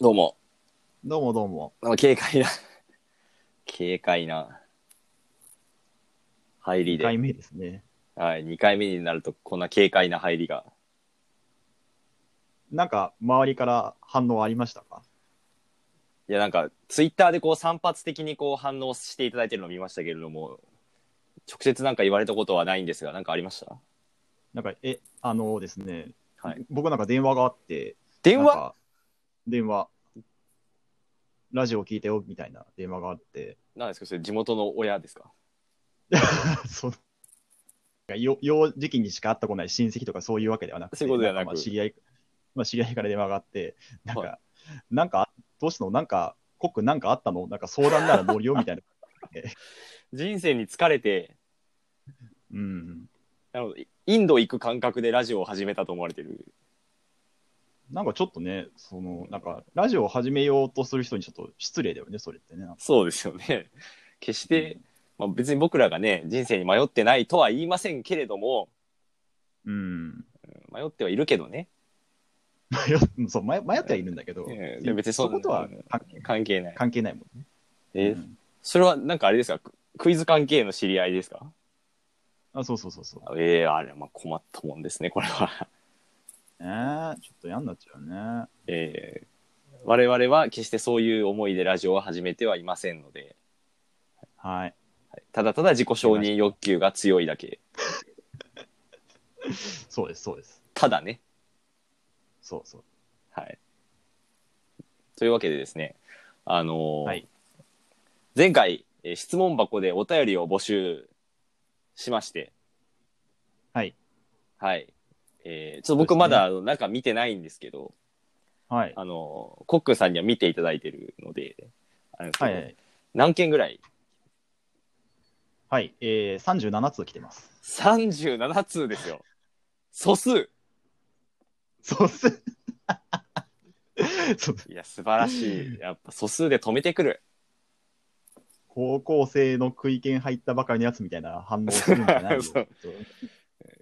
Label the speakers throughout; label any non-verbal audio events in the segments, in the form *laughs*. Speaker 1: どうも。
Speaker 2: どうもどうも。
Speaker 1: なんか軽快な。 *laughs* 軽快な。入り
Speaker 2: 2
Speaker 1: で。
Speaker 2: 回目ですね。
Speaker 1: はい。2回目になると、こんな軽快な入りが。
Speaker 2: なんか、周りから反応ありましたか
Speaker 1: いや、なんか、ツイッターでこう散発的にこう反応していただいてるのを見ましたけれども、直接なんか言われたことはないんですが、なんかありました
Speaker 2: なんか、え、あのですね、
Speaker 1: はい
Speaker 2: 僕なんか電話があって、
Speaker 1: 電
Speaker 2: なん
Speaker 1: 話
Speaker 2: か電話、ラジオ聞いてよみたいな電話があって、 *laughs*
Speaker 1: なんですかそれ地元の親ですか
Speaker 2: そのなんかよ幼児期にしか会ってこない親戚とかそういうわけではなくて、
Speaker 1: そういうことではなく
Speaker 2: んかまあ知り合い、まあ、知り合いから電話があって、なんか、
Speaker 1: は
Speaker 2: なんか、どうしたのなんか、コックなんかあったのなんか相談なら乗るよみ
Speaker 1: *laughs*
Speaker 2: たいな。
Speaker 1: 人生に疲れて、
Speaker 2: うん。
Speaker 1: なるほどインド行く感覚でラジオを始めたと思われてる。
Speaker 2: なんかちょっとね、その、なんか、ラジオを始めようとする人にちょっと失礼だよね、それってね。なんか
Speaker 1: そうですよね。決して、まあ、別に僕らがね、人生に迷ってないとは言いませんけれども、
Speaker 2: うん。 *laughs*
Speaker 1: 迷ってはいるけどね。
Speaker 2: 迷っそう迷迷ってはいるんだけど、
Speaker 1: ええでも別にそ
Speaker 2: そ
Speaker 1: んな
Speaker 2: ことは関係
Speaker 1: 関係ない。
Speaker 2: 関係ないもんね。
Speaker 1: えー
Speaker 2: うん
Speaker 1: それはなんかあれですかククイズ関係の知り合いですか
Speaker 2: あそうそうそうそう。
Speaker 1: ええあれ、まあ困ったもんですね、これは。 *laughs*
Speaker 2: えー、ちょっと嫌になっちゃうね。
Speaker 1: ええ我々は決してそういう思いでラジオを始めてはいませんので、
Speaker 2: はい。
Speaker 1: ただただ自己承認欲求が強いだけ。
Speaker 2: そうです、そうです。
Speaker 1: ただね。
Speaker 2: そうそう。
Speaker 1: はい。というわけでですね、あのー
Speaker 2: はい
Speaker 1: 前回、えー質問箱でお便りを募集しまして、
Speaker 2: はい。
Speaker 1: はい。えーちょっと僕まだ、あの中見てないんですけど、
Speaker 2: はい。
Speaker 1: あのーコックンさんには見ていただいてるので、あれですけ
Speaker 2: は
Speaker 1: ど
Speaker 2: いはい。
Speaker 1: 何件ぐらい
Speaker 2: はい。えー、37通来てます。
Speaker 1: ?37 通ですよ。素数
Speaker 2: そうっす。 *laughs* そう
Speaker 1: いや、素晴ら
Speaker 2: *laughs*
Speaker 1: しい。やっぱ素数で止めてくる。
Speaker 2: 高校生の食い券入ったばかりのやつみたいな反応するんじゃない
Speaker 1: *laughs*
Speaker 2: よ。
Speaker 1: そう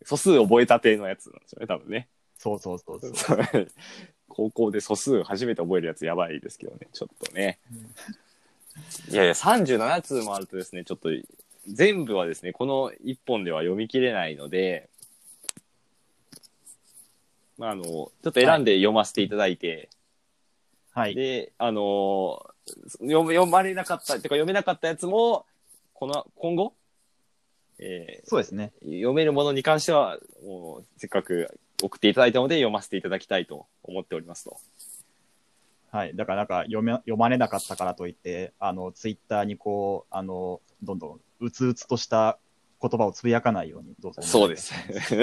Speaker 1: 素数覚えたてのやつなんですよね、多分ね。
Speaker 2: そうそうそうそう。
Speaker 1: そう高校で素数初めて覚えるやつやばいですけどね、ちょっとね。いやいや、37通もあるとですね、ちょっと全部はですね、この1本では読み切れないので、まあ、あの、ちょっと選んで読ませていただいて、
Speaker 2: はい。
Speaker 1: で、あの読む、読まれなかった、てか読めなかったやつも、この、今後、えー
Speaker 2: そうですね。
Speaker 1: 読めるものに関しては、もう、せっかく送っていただいたので、読ませていただきたいと思っておりますと。
Speaker 2: はい。だから、なんか読め、読まれなかったからといって、あの、ツイッターにこう、あの、どんどん、うつうつとした言葉をつぶやかないように、どうぞ。
Speaker 1: そうで。す。 *laughs*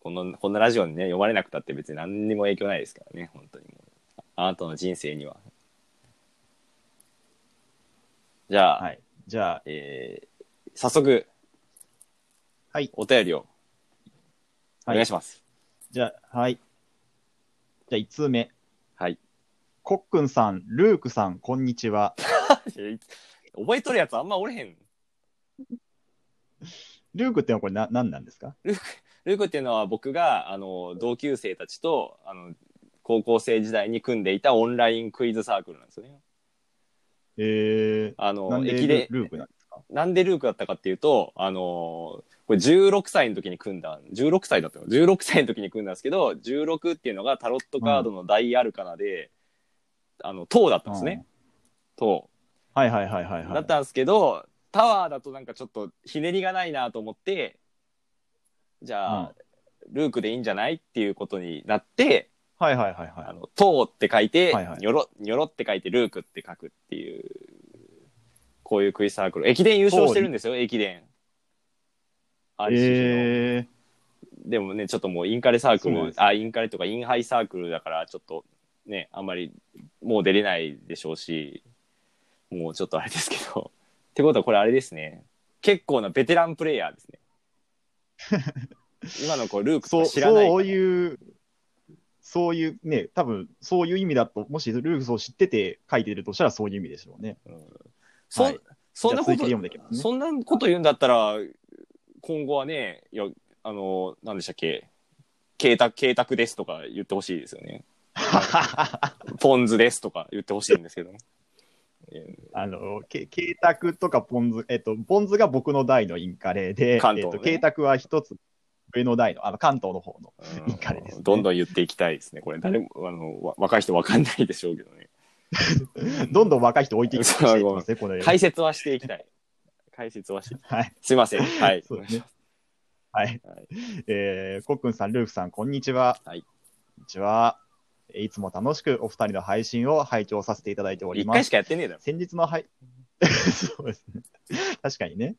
Speaker 1: この、こんなラジオにね、読まれなくたって別に何にも影響ないですからね、本当にもう。あなたの人生には。じゃあ、
Speaker 2: はい。じゃあ、
Speaker 1: えー早速、
Speaker 2: はい
Speaker 1: お便りをお
Speaker 2: はい
Speaker 1: 願いします。
Speaker 2: じゃあ、はい。じゃあ、1通目。
Speaker 1: はい。
Speaker 2: コックンさん、ルークさん、こんにちは。
Speaker 1: えー *laughs* 覚えとるやつあんまおれへん。
Speaker 2: ルークってのはこれな、何なんですか
Speaker 1: ルークっていうのは僕があの同級生たちとあの高校生時代に組んでいたオンラインクイズサークルなんですよね。
Speaker 2: え
Speaker 1: あ
Speaker 2: ー、な
Speaker 1: の
Speaker 2: んで
Speaker 1: 駅
Speaker 2: ル
Speaker 1: で
Speaker 2: ルークなんですか
Speaker 1: なんでルークだったかっていうとあのこれ16歳の時に組んだ16歳だったの16歳の時に組んだんですけど16っていうのがタロットカードの大アルカナで、あの塔だったんですね、塔
Speaker 2: はいはいはいはいはい。
Speaker 1: だったんですけど、タワーだとなんかちょっとひねりがないなと思ってじゃあ、ルークでいいんじゃないっていうことになって
Speaker 2: はいはいはい
Speaker 1: あ
Speaker 2: は
Speaker 1: の、とうって書いて、
Speaker 2: はいはい
Speaker 1: にょろ、にょろって書いて、ルークって書くっていう、こういうクイズサークル。駅伝優勝してるんですよ、駅伝。あ
Speaker 2: い。
Speaker 1: れ、
Speaker 2: え
Speaker 1: でもね、ちょっともうインカレサーク
Speaker 2: そう
Speaker 1: ル
Speaker 2: で、す
Speaker 1: あ、インカレとかインハイサークルだから、ちょっとね、あんまりもう出れないでしょうし、もうちょっとあれですけど。ってことはこれあれですね。結構なベテランプレイヤーです
Speaker 2: *laughs*
Speaker 1: ね。今の子、ルー
Speaker 2: ー、
Speaker 1: クと
Speaker 2: そう、
Speaker 1: か知らないから。
Speaker 2: そういう、そういうね、多分そういう意味だと、もしルークスを知ってて書いてるとしたらそういう意味でしょ
Speaker 1: *laughs*
Speaker 2: うね。
Speaker 1: うんそん
Speaker 2: はい
Speaker 1: そんなこ
Speaker 2: じゃあ続き
Speaker 1: と、
Speaker 2: 読んでいきますね
Speaker 1: そんなこと言うんだったら、今後はね、いや、あの、なんでしたっけ、慶沢、慶沢ですとか言ってほしいですよね。ポン酢ですとか言ってほしいんですけ
Speaker 2: *laughs*
Speaker 1: どね。
Speaker 2: あの、け、ケイタクとかポン酢、えっと、ポン酢が僕の代のインカレで、
Speaker 1: 関東
Speaker 2: え
Speaker 1: の
Speaker 2: っ
Speaker 1: ね
Speaker 2: と、ケイタクは一つ上の代の、あの、関東の方の。
Speaker 1: うん
Speaker 2: いい彼ですね
Speaker 1: どんどん言っていきたいですね。これ誰も、あの、わ若い人わかんないでしょうけどね。
Speaker 2: どんどん若い人置いていき
Speaker 1: *laughs* そう
Speaker 2: していきますね、この世に
Speaker 1: 解説はしていきたい。解説はしていきたい。
Speaker 2: *laughs* はい。
Speaker 1: すいません。はい。
Speaker 2: そうですね。はい
Speaker 1: はい。
Speaker 2: えー、コックンさん、ルーフさん、こんにちは。
Speaker 1: はい
Speaker 2: こんにちは。えーいつも楽しくお二人の配信を拝聴させていただいており
Speaker 1: 一
Speaker 2: ま
Speaker 1: 回
Speaker 2: す
Speaker 1: し。かやってねえだろ。
Speaker 2: 先日の配、 *laughs* そうですね。確かにね。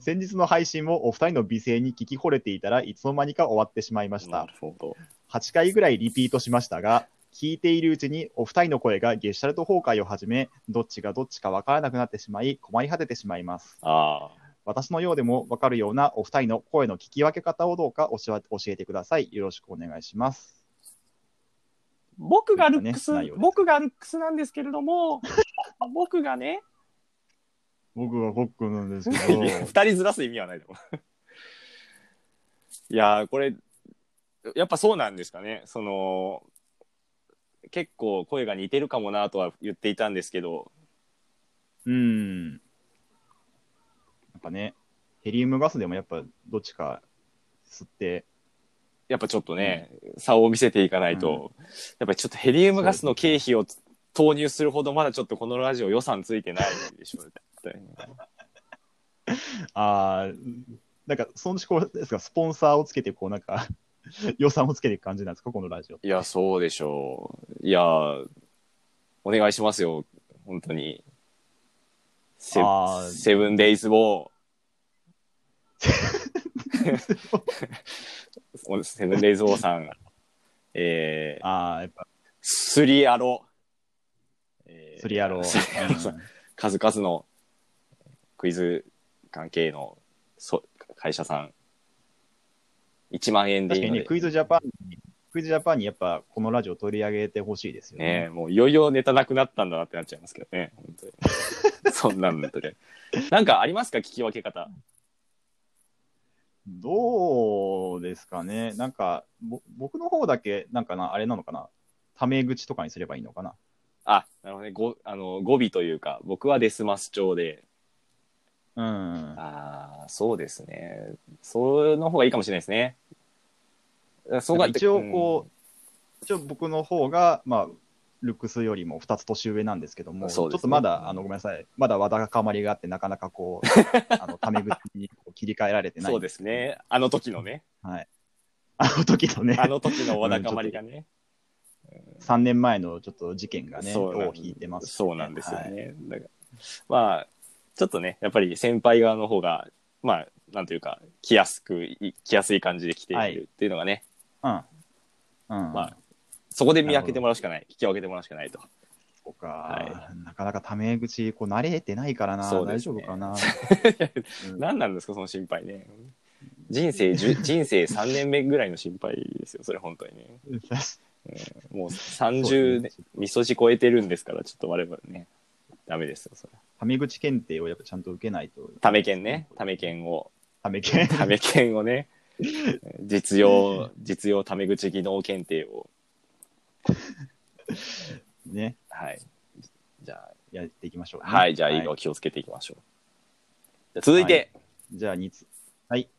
Speaker 2: 先日の配信もお二人の美声に聞き惚れていたらいつの間にか終わってしまいまし
Speaker 1: な
Speaker 2: た
Speaker 1: る。ほど。
Speaker 2: 8回ぐらいリピートしましたが、聞いているうちにお二人の声がゲシュタルト崩壊をはじめ、どっちがどっちかわからなくなってしまい、困り果ててしまいます。
Speaker 1: あ
Speaker 2: 私のようでもわかるようなお二人の声の聞き分け方をどうか教わ教えてください。よろしくお願いします。
Speaker 3: 僕がルックス、
Speaker 2: ね内容です
Speaker 3: 僕がルックスなんですけれども、僕がね、
Speaker 2: 僕はコックなんです
Speaker 1: あ。いや二人ずらす意味はないだろ。 *laughs* いやー、これ、やっぱそうなんですかね。その、結構声が似てるかもなとは言っていたんですけど、
Speaker 2: うん。なんかね、ヘリウムガスでもやっぱどっちか吸って、
Speaker 1: やっぱちょっとね、差を見せていかないと、やっぱりちょっとヘリウムガスの経費を投入するほどまだちょっとこのラジオ予算ついてないでしょう。絶対に
Speaker 2: ああ、なんかそのうちこうですか、スポンサーをつけて、こうなんか *laughs* 予算をつけていく感じなんですか、このラジオ。
Speaker 1: いや、そうでしょう。いや、お願いしますよ、本当に。セ
Speaker 2: あー
Speaker 1: セブンデイ
Speaker 2: *laughs*
Speaker 1: ズを。セブンデイズ王さん、えー、
Speaker 2: ああ、やっぱ、
Speaker 1: スリアロ、えー
Speaker 2: スリアロ
Speaker 1: スリアロさん
Speaker 2: ー。
Speaker 1: 数々のクイズ関係のそ会社さん、1万円でい
Speaker 2: 確
Speaker 1: い
Speaker 2: かに
Speaker 1: の
Speaker 2: ね、
Speaker 1: で、
Speaker 2: クイズジャパンに、クイズジャパンにやっぱこのラジオ取り上げてほしいですよね。
Speaker 1: ねえ、もういよいよネタなくなったんだなってなっちゃいますけどね、本当に。
Speaker 2: *laughs*
Speaker 1: そんなんだとね。なんかありますか聞き分け方。
Speaker 2: どうですかね、なんか、ぼ僕の方だけ、なんかな、あれなのかな、タメ口とかにすればいいのかな。
Speaker 1: あ、なるほどね。ごあの語尾というか、僕はデスマス調で。
Speaker 2: うん。
Speaker 1: ああ、そうですね。その方がいいかもしれないですね。そうか
Speaker 2: 一応こう、一応僕の方が、まあ、ルックスよりも2つ年上なんですけども、ち
Speaker 1: そ
Speaker 2: ょ
Speaker 1: う
Speaker 2: っ
Speaker 1: ですね
Speaker 2: とまだ、あの、ごめんなさい、まだわだかまりがあって、なかなかこう、
Speaker 1: *laughs*
Speaker 2: あの、タメ口にこう切り替えられて
Speaker 1: うん
Speaker 2: ない。
Speaker 1: そうです。ね。あの時のね。
Speaker 2: はい。あの時のね、
Speaker 1: あの時のわだかまりがね。
Speaker 2: 3年前のちょっと事件がね、
Speaker 1: そうなん
Speaker 2: を引いてます、
Speaker 1: そうなんですよ
Speaker 2: はい
Speaker 1: ね。だからまあ、ちょっとね、やっぱり先輩側の方が、まあ、なんというか、来やすくい、来やすい感じで来ているっていうのがね、
Speaker 2: うん。うん。
Speaker 1: まあそこで見分けてもらうしかない、聞き分けてもらうしかないと。
Speaker 2: そうか、
Speaker 1: は
Speaker 2: なかなかタメ口、こう慣れてないからな、
Speaker 1: そうで
Speaker 2: 大
Speaker 1: す
Speaker 2: 丈
Speaker 1: ね
Speaker 2: 夫かな。うん
Speaker 1: 何 *laughs* なんですか、その心配ね。人生 *laughs* じゅ、人生3年目ぐらいの心配ですよ、それ本当にね。もう30ね、みそじ超えてるんですから、ちょっと我々ね、ダメですよ、それ。
Speaker 2: *laughs* タメ口検定をやっぱちゃんと受けないと、
Speaker 1: ため券ね、ため券を、
Speaker 2: タメ検
Speaker 1: ため券を *laughs* ね、実用、実用ため口技能検定を、
Speaker 2: ね、
Speaker 1: はい。じゃ
Speaker 2: やっていきましょう、
Speaker 1: あ、はい、じゃあ、以後気をつけていきましょう。じゃあ続いて、
Speaker 2: じゃあ、2つ。はい。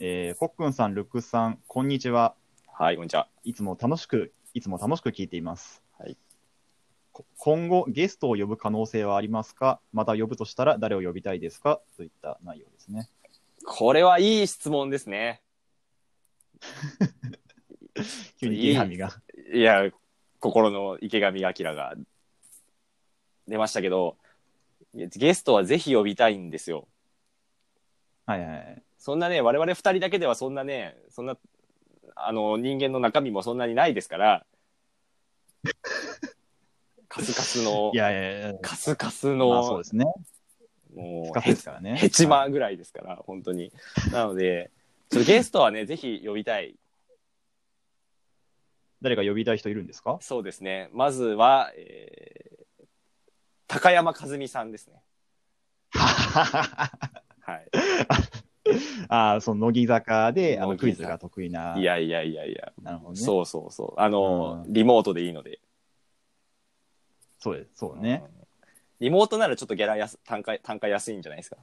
Speaker 2: えー、コックンさん、ルックスさん、こんにちは。
Speaker 1: はい、こんにちは。
Speaker 2: いつも楽しく、いつも楽しく聞いています。
Speaker 1: はい
Speaker 2: こ今後、ゲストを呼ぶ可能性はありますかまた呼ぶとしたら誰を呼びたいですかといった内容ですね。
Speaker 1: これはいい質問ですね。
Speaker 2: 急に手紙が。
Speaker 1: いや、心の池上彰が出ましたけど、いやゲストはぜひ呼びたいんですよ。
Speaker 2: はいはいはい。
Speaker 1: そんなね、我々二人だけではそんなね、そんな、あの、人間の中身もそんなにないです
Speaker 2: *laughs*
Speaker 1: から、カスカスの
Speaker 2: い、やいやいや、
Speaker 1: カスカス
Speaker 2: まあそう
Speaker 1: の、
Speaker 2: ですね。
Speaker 1: も
Speaker 2: 復
Speaker 1: う
Speaker 2: 活ですからね。
Speaker 1: ヘチマぐらいですから、本当に。なので、ちょっとゲストはね、ぜひ呼びたい。
Speaker 2: 誰か呼びたい人いるんですか *laughs*
Speaker 1: そうですね。まずは、えー高山和美さんですね。はい。
Speaker 2: ああ、その乃木坂であの
Speaker 1: 乃木坂
Speaker 2: クイズが得意な。
Speaker 1: いやいやいやいや、
Speaker 2: なるほどね。そう。
Speaker 1: そうそうそう。あの、
Speaker 2: う
Speaker 1: リモートでいいので。
Speaker 2: そうですそうね。
Speaker 1: うん。リモートならちょっとギャラやす単価単価安いんじゃないですか。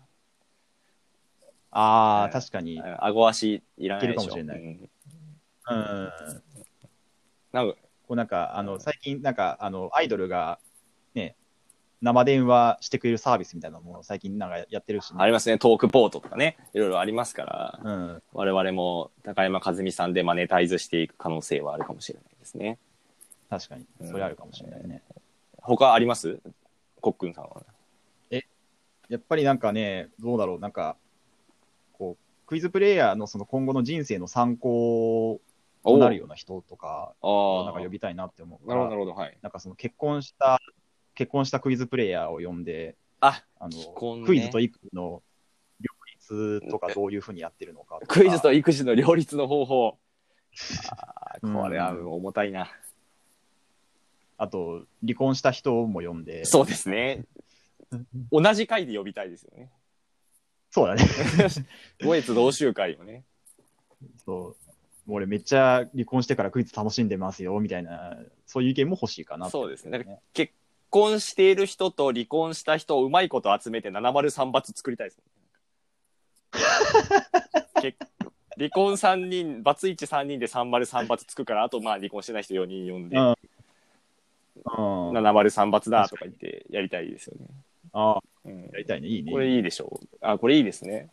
Speaker 2: あ
Speaker 1: うん
Speaker 2: あ、確かに。
Speaker 1: あご足いらないでしょ。
Speaker 2: いけるかもしれない
Speaker 1: うん
Speaker 2: うん。
Speaker 1: なんか
Speaker 2: こうなんか、あの、最近、なんか、あの、アイドルが、ね、生電話してくれるサービスみたいなのも最近なんかやってるしね、
Speaker 1: ありますね、トークポートとかね、いろいろありますから、
Speaker 2: うん。
Speaker 1: 我々も高山和美さんでマネタイズしていく可能性はあるかもしれないですね。
Speaker 2: 確かに。それあるかもしれないね。
Speaker 1: 他ありますコックンさんは。
Speaker 2: やっぱりなんかね、どうだろう、なんか、こう、クイズプレイヤーのその今後の人生の参考となるような人とか、
Speaker 1: おう。
Speaker 2: なん
Speaker 1: ああ
Speaker 2: か呼びたいなって思う
Speaker 1: な
Speaker 2: か
Speaker 1: るほど、な
Speaker 2: ら、
Speaker 1: るほど、はい。
Speaker 2: なんかその結婚した、結婚したクイズプレイヤーを呼んで、
Speaker 1: あ、
Speaker 2: あの、
Speaker 1: 既婚ね
Speaker 2: クイズと育児の両立とかどういうふうにやってるのかとか。
Speaker 1: クイズと育児の両立の方
Speaker 2: *laughs*
Speaker 1: 法。あ
Speaker 2: うん
Speaker 1: ーこれは重たいな。
Speaker 2: あと、離婚した人も呼んで。
Speaker 1: そうですね。同じ回で呼びたいですよ
Speaker 2: *laughs*
Speaker 1: ね。
Speaker 2: そうだね。
Speaker 1: 五越同集会をね。
Speaker 2: そう。もう俺めっちゃ離婚してからクイズ楽しんでますよ、みたいな、そういう意見も欲しいかなって
Speaker 1: そうですね。だから結婚している人と離婚した人をうまいこと集めて703罰作りたいです、
Speaker 2: *laughs*
Speaker 1: ね。結離婚3人、罰1、3人で303罰つくから、あとまあ離婚してない人4人呼んで、
Speaker 2: うんうん。
Speaker 1: 703罰だとか言ってやりたいですよね。
Speaker 2: ああ、
Speaker 1: うん
Speaker 2: やりたいね。いいね。
Speaker 1: これいいでしょう。あ、これいいですね。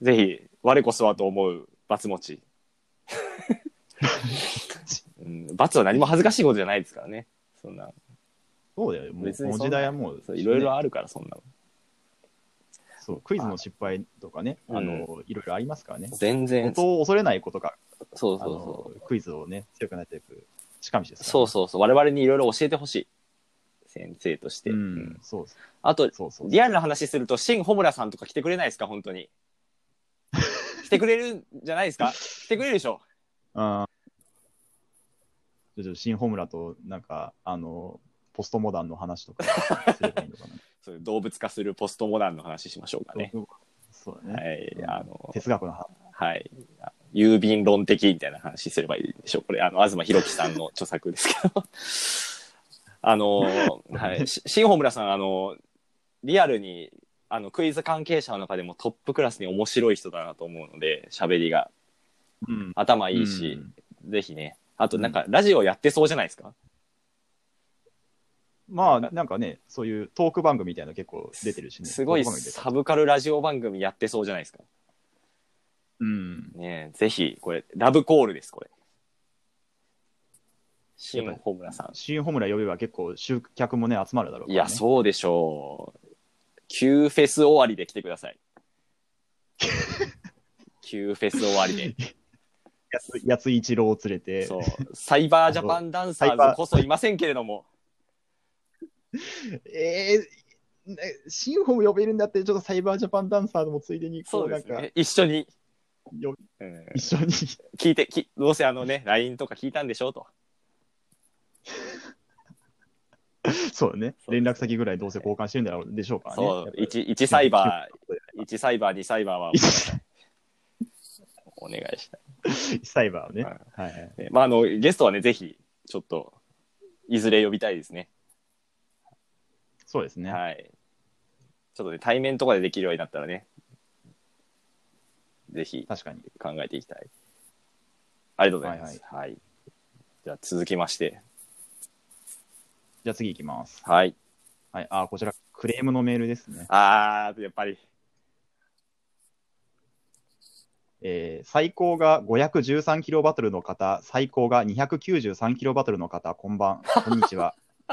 Speaker 1: ぜひ、我こそはと思う罰持ち。うん、罰は何も恥ずかしいことじゃないですからね。そんな。
Speaker 2: そうだよ。もう、
Speaker 1: 別に
Speaker 2: この
Speaker 1: そんな
Speaker 2: 時代はもう、
Speaker 1: そういろいろ
Speaker 2: ね
Speaker 1: あるから、そんなの。
Speaker 2: そう、クイズの失敗とかね、
Speaker 1: うん
Speaker 2: あの、いろいろありますからね。
Speaker 1: 全然。そう
Speaker 2: ことを恐れないことが、
Speaker 1: そう
Speaker 2: あの
Speaker 1: そ、
Speaker 2: クイズをね、強くなっていく近道で
Speaker 1: う。
Speaker 2: すからね
Speaker 1: そうそうそう。我々にいろいろ教えてほしい。先生として。
Speaker 2: う
Speaker 1: うんん、
Speaker 2: そうそ
Speaker 1: あと
Speaker 2: う、そうそう。
Speaker 1: リアルな話すると、シン・ホムラさんとか来てくれないですか、本当に。来てくれるんじゃないですか来てくれるでしょ。
Speaker 2: あーちょっと新ホムラと、なんか、あの、ポストモダンの話と
Speaker 1: *laughs*
Speaker 2: かすればいいのかな。
Speaker 1: そういう動物化するポストモダンの話しましょうかね。
Speaker 2: そうそうだね、
Speaker 1: はい。あの、
Speaker 2: 哲学の話。
Speaker 1: はい。あ郵便論的みたいな話すればいいでしょう。これ、あの、東博樹さんの著作ですけど。あの、 *laughs* はい。し新本村さん、あの、リアルに、あの、クイズ関係者の中でもトップクラスに面白い人だなと思うので、喋りが。
Speaker 2: うん。
Speaker 1: 頭いいし、ぜひね。あと、なんか、ラジオやってそうじゃないですか。
Speaker 2: まあ、なんかね、そういうトーク番組みたいなの結構出てるしね。
Speaker 1: すごい
Speaker 2: トーク番組出てる
Speaker 1: サブカルラジオ番組やってそうじゃないですか。
Speaker 2: うん。
Speaker 1: ねえぜひ、これ、ラブコールです、これ。新本村さん。
Speaker 2: 新ホムラ呼べば結構集客もね、集まるだろう
Speaker 1: いや、
Speaker 2: う。
Speaker 1: そうでしょう。旧フェス終わりで来てくださ
Speaker 2: *laughs*
Speaker 1: い。旧フェス終わりで。
Speaker 2: やつやつ一郎を連れて、
Speaker 1: そう。サイバージャパンダンサ
Speaker 2: サイバ
Speaker 1: ーズ
Speaker 2: ー
Speaker 1: こそいませんけれども、
Speaker 2: えー、ね新ホム呼べるんだって、ちょっとサイバージャパンダンサーもついでに、こ
Speaker 1: そう
Speaker 2: うな
Speaker 1: で
Speaker 2: ん
Speaker 1: す
Speaker 2: か、
Speaker 1: ね。一緒に、
Speaker 2: よ
Speaker 1: うん
Speaker 2: 一緒に、
Speaker 1: 聞いてき、どうせあのね、LINE とか聞いたんでしょうと。
Speaker 2: そうだね、
Speaker 1: そう
Speaker 2: 連絡先ぐらいどうせ交換してるんだろうでしょうからね。
Speaker 1: そう、
Speaker 2: やっぱり
Speaker 1: 1、一サイバー、1サイバー、2サ
Speaker 2: *laughs*
Speaker 1: イバーはお願いした
Speaker 2: 一 *laughs* サイバーをね。
Speaker 1: は
Speaker 2: はいはい。
Speaker 1: い。ねまあ、あの、ゲストはね、ぜひ、ちょっと、いずれ呼びたいですね。
Speaker 2: そうですね。
Speaker 1: はい。ちょっとね、対面とかでできるようになったらね、ぜひ
Speaker 2: 確かに。
Speaker 1: 考えていきたい。ありがとうございます。はい、じゃあ続きまして。
Speaker 2: じゃあ次行きます。
Speaker 1: はい。
Speaker 2: はい。あ、こちら、クレームのメールですね。
Speaker 1: あー、やっぱり。 *laughs*
Speaker 2: えー最高が513キロバトルの方、最高が293キロバトルの方、こんばん、こんにちは。
Speaker 1: こ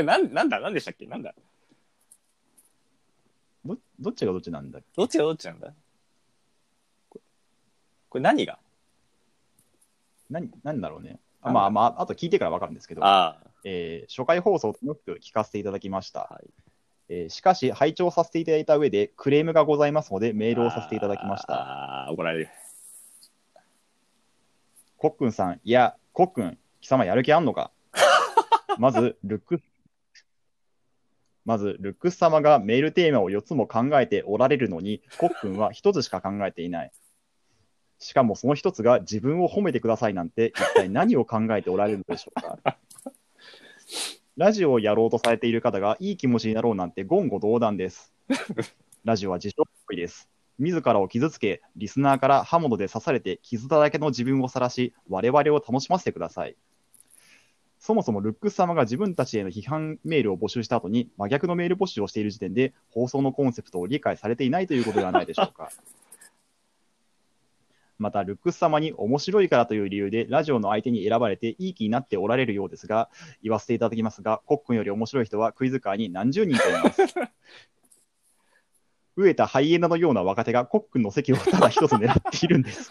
Speaker 1: れなん、なんだなんでしたっけなんだ
Speaker 2: どどっちがどっちなんだ
Speaker 1: どっちがどっちなんだこれ何が
Speaker 2: 何、何だろうね。あまあまあ、あと聞いてからわかるんですけど、
Speaker 1: あ
Speaker 2: えー初回放送よく聞かせていただきました。
Speaker 1: はい
Speaker 2: えーしかし、拝聴させていただいた上で、クレームがございますので、メ
Speaker 1: メ
Speaker 2: ールをさせていただきました。
Speaker 1: た。あー、怒られる。
Speaker 2: コックンさん、いや、コ *laughs* ックン、貴様やる気あんのかまず、ルック、まず、ルックス様がメールテーマを4つも考えておられるのに、コックンは1つしか考えていない。しかもその1つが自分を褒めてくださいなんて、一体何を考えておられるのでしょうか。ラジオをやろうとされている方がいい気持ちになろうなんて言語道断です。ラジオは自傷行為です。自らを傷つけ、リスナーから刃物で刺されて傷だらけの自分を晒し、我々を楽しませてください。そもそもルックス様が自分たちへの批判メールを募集した後に真逆のメール募集をしている時点で放送のコンセプトを理解されていないということではないでしょうか。また、ルックス様に面白いからという理由でラジオの相手に選ばれていい気になっておられるようですが、言わせていただきますが、コックンより面白い人はクイズ界に何十人かいます。飢えたハイエナのような若手がコックンの席をただ一つ狙っている
Speaker 1: *laughs*
Speaker 2: んです。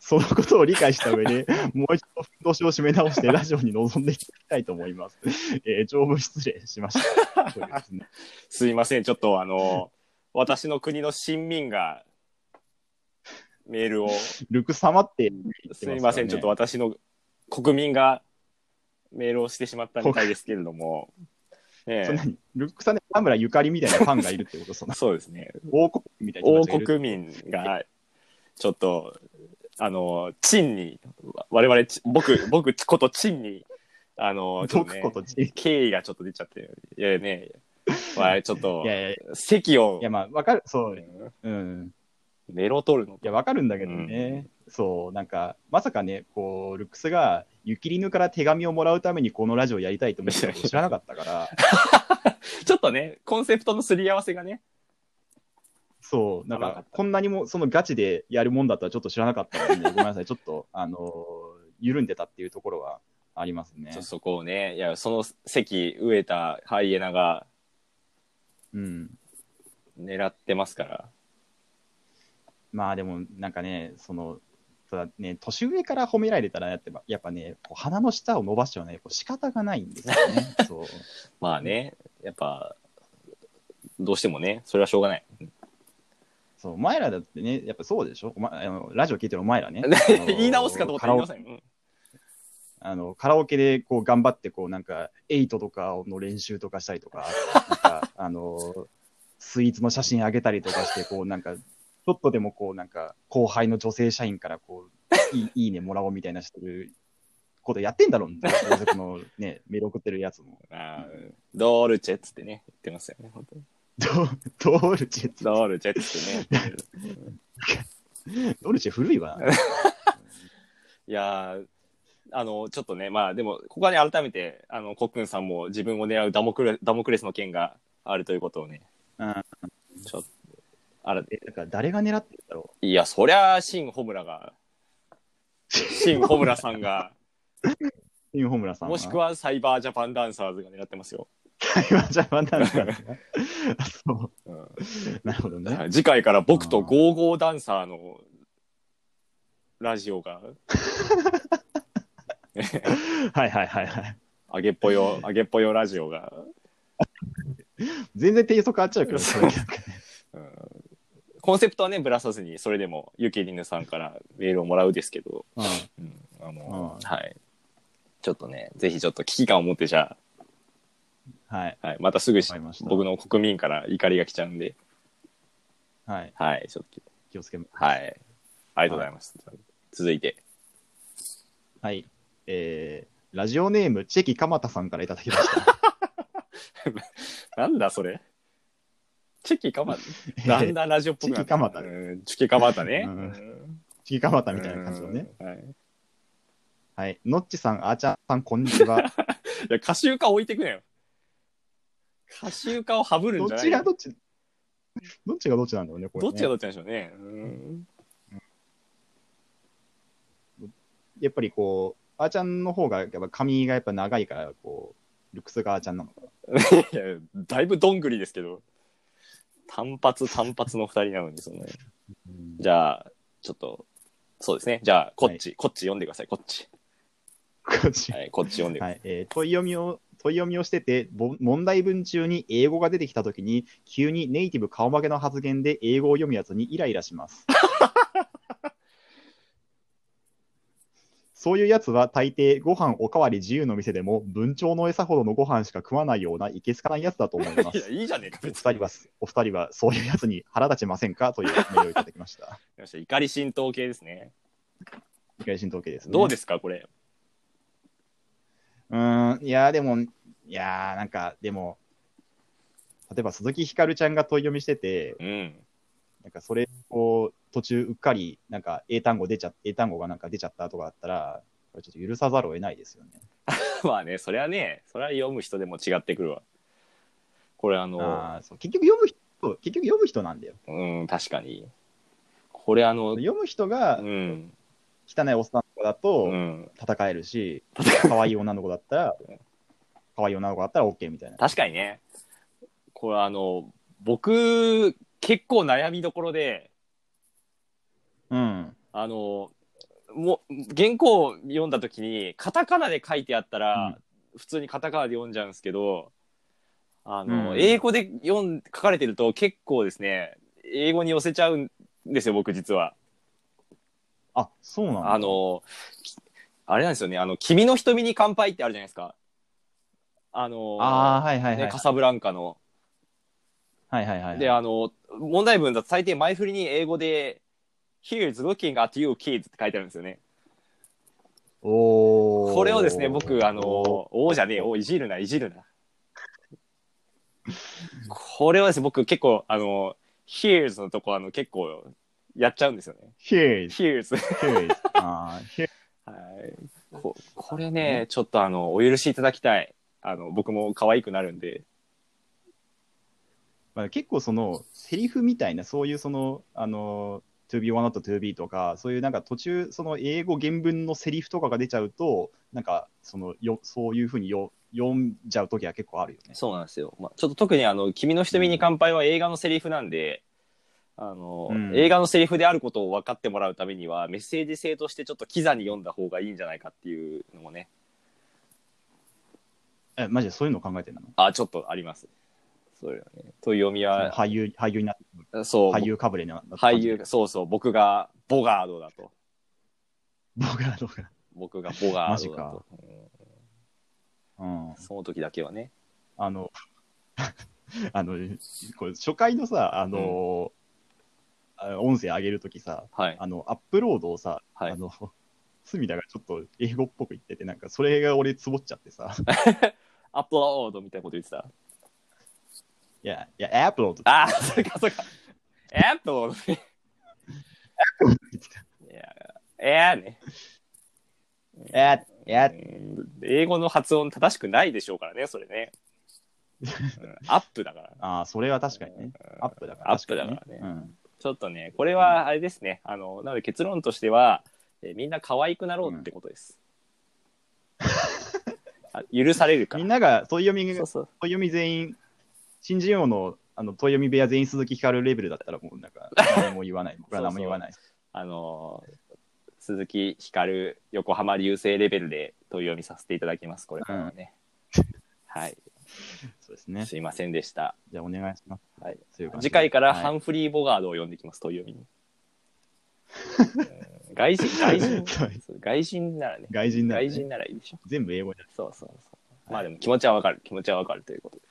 Speaker 2: そのことを理解した上で、もう一度、ふんどしを締め直して、ラジオに臨んでいただきたいと思います。えー長文失礼しました。というですね
Speaker 1: すいません、ちょっとあの、私の国の新民がメールを、
Speaker 2: ルク様って言ってますからね
Speaker 1: みません、ちょっと私の国民がメールをしてしまったみたいですけれども、ね
Speaker 2: *laughs* それ
Speaker 1: え
Speaker 2: 何ルックさんで田村ゆかりみたいなファンがいるってこと、 *laughs* その
Speaker 1: そうですね、
Speaker 2: 王国みたいな人
Speaker 1: 王
Speaker 2: たちがいる。
Speaker 1: 国民が、ちょっと、あの、チンに、我々、ち僕、僕ことチンに、あ
Speaker 2: *laughs*
Speaker 1: の、ちょっとね
Speaker 2: 僕ことチン
Speaker 1: 敬意がちょっと出ちゃって、いやいやね、わちょっと
Speaker 2: い、やいやい
Speaker 1: 席を
Speaker 2: や、まあ、わかる、そう、うん。
Speaker 1: メロ取るの
Speaker 2: いや、わかるんだけどね、そう、なんか、まさかね、こう、ルックスが、ゆきりぬから手紙をもらうためにこのラジオやりたいと思って *laughs* たこと知らなかったから、
Speaker 1: ちょっとね、コンセプトのすり合わせがね、
Speaker 2: そう、なん
Speaker 1: 危なか
Speaker 2: か
Speaker 1: っ、
Speaker 2: こんなにも、そのガチでやるもんだとはちょっと知らなかったの *laughs* で、ごめんなさい、ちょっと、あのー緩んでたっていうところはありますね
Speaker 1: ちょ。そこをね、いや、その席、植えたハイエナが
Speaker 2: うん。
Speaker 1: 狙ってますから。
Speaker 2: まあでも、なんかね、その、ただね、年上から褒められたらやっぱ、やっぱね、こう鼻の下を伸ばしちゃうね、こう仕方がないんですよ *laughs* ね。そう。
Speaker 1: まあね、やっぱ、どうしてもね、それはしょうがない。。
Speaker 2: そう、お前らだってね、やっぱそうでしょお前あのラジオ聞いてるお前らね
Speaker 1: *laughs* 言い直すかと思った
Speaker 2: あ
Speaker 1: ら
Speaker 2: の
Speaker 1: 言い直
Speaker 2: カラオ
Speaker 1: せんうん。
Speaker 2: あの、カラオケでこう頑張って、こうなんか、エイトとかの練習とかしたりとか、なんか、あの、スイーツの写真あげたりとかして、こうなんか、ちょっとでもこうなんか、後輩の女性社員からこう、いいいいねもらおうみたいなしてることやってんだろうね、どうせこのね、メール送ってるやつも。
Speaker 1: あードールチェっつってね、言ってますよね、本当に
Speaker 2: ドドルチェ、
Speaker 1: ドールチェっつってね。
Speaker 2: ドルチェ古いわ。
Speaker 1: いやーあの、ちょっとね、まあでも、ここはね、改めて、あの、コックンさんも自分を狙うダモクレダモクレスの剣があるということをね、
Speaker 2: うん
Speaker 1: ちょっと、あら、
Speaker 2: え、だから誰が狙ってるんだろ
Speaker 1: いや、そりゃあ、シン・ホムラが、 *laughs* シン・ホムラさん *laughs* が、
Speaker 2: う。インホムラさんは。
Speaker 1: もしくはサイバージャパンダンサーズが狙ってますよ。
Speaker 2: 今じゃあまだなんだあそ
Speaker 1: うん
Speaker 2: う。なるほどね。
Speaker 1: 次回から僕とゴーゴーダンサーのラジオが、
Speaker 2: はいはいはいはい。
Speaker 1: あげっぽよ、あげっぽよラジオが、
Speaker 2: 全然低速変わっちゃうけど、
Speaker 1: そう
Speaker 2: それなんか
Speaker 1: うんコンセプトはね、ぶらさずに、それでも、ゆきりぬさんからメールをもらうですけど、
Speaker 2: うん
Speaker 1: うんあの、
Speaker 2: うん
Speaker 1: はい。ちょっとね、ぜひちょっと危機感を持って、じゃ
Speaker 2: はい。
Speaker 1: あ、はい、またすぐし
Speaker 2: わかりました
Speaker 1: 僕の国民から怒りが来ちゃうんで、
Speaker 2: はい。
Speaker 1: はい、ちょっと。
Speaker 2: 気をつけます。
Speaker 1: はい。ありがとうございます。続いて。
Speaker 2: はい。えー、ラジオネーム、チェキ蒲田さんからいただきました。
Speaker 1: なんだそれチェキ
Speaker 2: *laughs*
Speaker 1: カマだんだんラジオっ *laughs* ぽくなって
Speaker 2: チェキカマタ
Speaker 1: うんチェキカマタね。
Speaker 2: うん
Speaker 1: うん
Speaker 2: チェキ蒲田みたいな感じのね。。
Speaker 1: うんはい。
Speaker 2: はい。のっちさん、あーちゃんさん、こんに
Speaker 1: *laughs*
Speaker 2: ちは。
Speaker 1: いや、歌集歌置いてくなよ。歌集歌をハブるん
Speaker 2: ど
Speaker 1: じゃ
Speaker 2: っ
Speaker 1: な
Speaker 2: ち
Speaker 1: い
Speaker 2: が
Speaker 1: よ
Speaker 2: どっち、どっちがどっちなんだろうね、これ、
Speaker 1: ど
Speaker 2: ね。
Speaker 1: っちがどっちなんでしょうね。うん
Speaker 2: やっぱりこう、あーちゃんの方が、やっぱ髪がやっぱ長いから、こう、ルックスがあーちゃんなのかな。
Speaker 1: いや、だいぶどんぐりですけど。単発単発の二人なのに、そのね。じゃあ、ちょっと、そうですね。じゃあ、こっち、こっち読んでください、こっち。
Speaker 2: こっち
Speaker 1: はい、こっち読んでください。
Speaker 2: はいえー問い読みを問い読みをしてて、ぼ問題文中に英語が出てきたときに、急にネイティブ顔負けの発言で英語を
Speaker 1: *laughs*
Speaker 2: 読むやつにイライラします。そういうやつは大抵ご飯おかわり自由の店でも文鳥の餌ほどのご飯しか食わないようないけすかないやつだと思いま
Speaker 1: いや、
Speaker 2: す。
Speaker 1: いいじゃねえか、
Speaker 2: お
Speaker 1: 別に。
Speaker 2: 二人は、お二人はそういうやつに腹立ちませんかというメールをいただきました。
Speaker 1: よっしゃ怒り浸透系ですね。
Speaker 2: いかり新統計です、ね。
Speaker 1: どうですか、これ。
Speaker 2: うーん、いや、でも、いやー、なんか、でも、例えば鈴木ひかるちゃんが問い読みしてて、
Speaker 1: うん。 *laughs*
Speaker 2: なんかそれを途中うっかり、なんか英単語出ちゃ、英単語がなんか出ちゃったとかだったら、これちょっと許さざるを得ないですよね。
Speaker 1: まあね、それはね、それは読む人でも違ってくるわ。これあの、
Speaker 2: あーそう結局読む人、結局読む人なんだよ。
Speaker 1: うん、確かに。これあの、
Speaker 2: 読む人が
Speaker 1: うん、
Speaker 2: 汚いおっさんの子だ
Speaker 1: う
Speaker 2: と
Speaker 1: ん。
Speaker 2: 戦えるし、可愛い女の子だったら、可愛い女の子だったら OK みたいな。
Speaker 1: 確かにね。これあの、僕、結構悩みどころで、
Speaker 2: うん。
Speaker 1: あの、もう原稿を読んだ時にカタカナで書いてあったら、普通にカタカナで読んじゃうんですけどあの、
Speaker 2: うん
Speaker 1: 英語で読ん書かれてると結構ですね英語に寄せちゃうんですよ僕実は。
Speaker 2: あ、そうなんだ。
Speaker 1: あのきあれなんですよね「あの君の瞳に乾杯」ってあるじゃないですか。あの
Speaker 2: あーはいはいは
Speaker 1: ね、
Speaker 2: い。
Speaker 1: カサブランカの。
Speaker 2: はいはいはい。
Speaker 1: であの問題文だと最低前振りに英語で「Here is looking at you kids」って書いてあるんですよね。
Speaker 2: おー
Speaker 1: これをですね、僕、あの、おーじゃねえよ、おーいじるな、いじるな。これはですね、僕結構、あの、here's のとこ、あの、結構、やっちゃうんですよね。
Speaker 2: Here's,
Speaker 1: here's。
Speaker 2: here's, あー here's
Speaker 1: はい。ここれね、ちょっとあの、お許しいただきたい。あの、僕も可愛くなるんで。
Speaker 2: まあ、結構その、セリフみたいな、そういうその、あの、to be one not to be とか、そういうなんか途中、その英語原文のセリフとかが出ちゃうと、なんか、その、よ、そういうふうによ読んじゃう時は結構あるよね。
Speaker 1: そうなんですよ。まあ、ちょっと特にあの、君の瞳に乾杯は映画のセリフなんで、あの、
Speaker 2: うん
Speaker 1: 映画のセリフであることを分かってもらうためには、メッセージ性としてちょっとキザに読んだ方がいいんじゃないかっていうのもね、
Speaker 2: え、マジでそういうの考えてんの
Speaker 1: あ、ちょっとあります。そうよね。と読み
Speaker 2: その
Speaker 1: は、
Speaker 2: 俳優、俳優になって、
Speaker 1: そう、
Speaker 2: 俳優かぶれになった。
Speaker 1: 俳優。、そうそう、僕がボガードだと。
Speaker 2: 僕らどうか。
Speaker 1: 僕がボガ
Speaker 2: マ
Speaker 1: ー
Speaker 2: ジ
Speaker 1: ドだと
Speaker 2: か。
Speaker 1: うん
Speaker 2: うん。
Speaker 1: その時だけはね。
Speaker 2: あの、 *laughs* あの、これ初回のさ、あの、あの音声上げるときさ、
Speaker 1: はい。
Speaker 2: あの、アップロードをさ、
Speaker 1: はい
Speaker 2: あの、 *laughs* 隅田がちょっと英語っぽく言ってて、なんかそれが俺つぼっちゃってさ、 *laughs*
Speaker 1: アップロードみたいなこと言ってた。
Speaker 2: いや、いや、アップロードって
Speaker 1: ああ、それか、それか。アップロードね。
Speaker 2: 言ってた。
Speaker 1: いや、えーね。 *laughs*
Speaker 2: えー、え
Speaker 1: うん英語の発音正しくないでしょうからね、それね。うんアップだから。
Speaker 2: ああ、それは確かにね。アップだから。
Speaker 1: アップだからね
Speaker 2: 確にうん。
Speaker 1: ちょっとね、これはあれですね。あの、なので結論としては、えーみんな可愛くなろうってこと
Speaker 2: *laughs*
Speaker 1: です。あ許されるか
Speaker 2: みん
Speaker 1: ら。
Speaker 2: なが、問い読
Speaker 1: そ
Speaker 2: み、
Speaker 1: う
Speaker 2: 問い
Speaker 1: そう。
Speaker 2: 読み全員、新人王の、あの、問い読み部屋全員鈴木ひかるレベルだったら、もうな
Speaker 1: *laughs*
Speaker 2: んか、何も言わない。僕ら何も言わない。
Speaker 1: あのー鈴木ひかる横浜流星レベルで問い読みさせていただきます。これからはね。はい。
Speaker 2: そうですね。
Speaker 1: すいませんでした。
Speaker 2: じゃあお願いします。
Speaker 1: はい。
Speaker 2: そういう感じで
Speaker 1: 次回から
Speaker 2: はい
Speaker 1: ハンフリー・ボガードを呼んできます、問い読
Speaker 2: *laughs*
Speaker 1: みに。うん外人、外
Speaker 2: *laughs*
Speaker 1: 人
Speaker 2: はい、
Speaker 1: そう外人ならね。
Speaker 2: 外人だ、ね、
Speaker 1: 外人ならいいでしょ。
Speaker 2: 全部英語で。
Speaker 1: そうそうそう。まあでも気持ちはわかる。気持ちはわかるということで。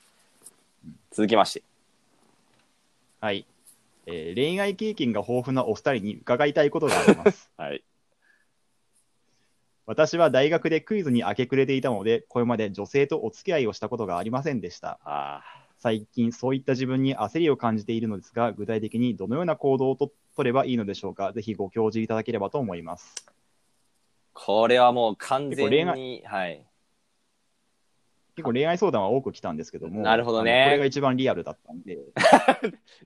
Speaker 1: 続きまして。
Speaker 2: はい、えー恋愛経験が豊富なお二人に伺いたいことがあり
Speaker 1: *laughs*
Speaker 2: ます。
Speaker 1: はい。
Speaker 2: 私は大学でクイズに明け暮れていたので、これまで女性とお付き合いをしたことがありませんでした。
Speaker 1: あ
Speaker 2: 最近、そういった自分に焦りを感じているのですが、具体的にどのような行動をと取ればいいのでしょうか。ぜひご教示いただければと思います。
Speaker 1: これはもう完全
Speaker 2: 結構
Speaker 1: に、はい。
Speaker 2: 結構恋愛相談は多く来たんですけども、
Speaker 1: なるほどね
Speaker 2: あのこれが一番リアルだったんで、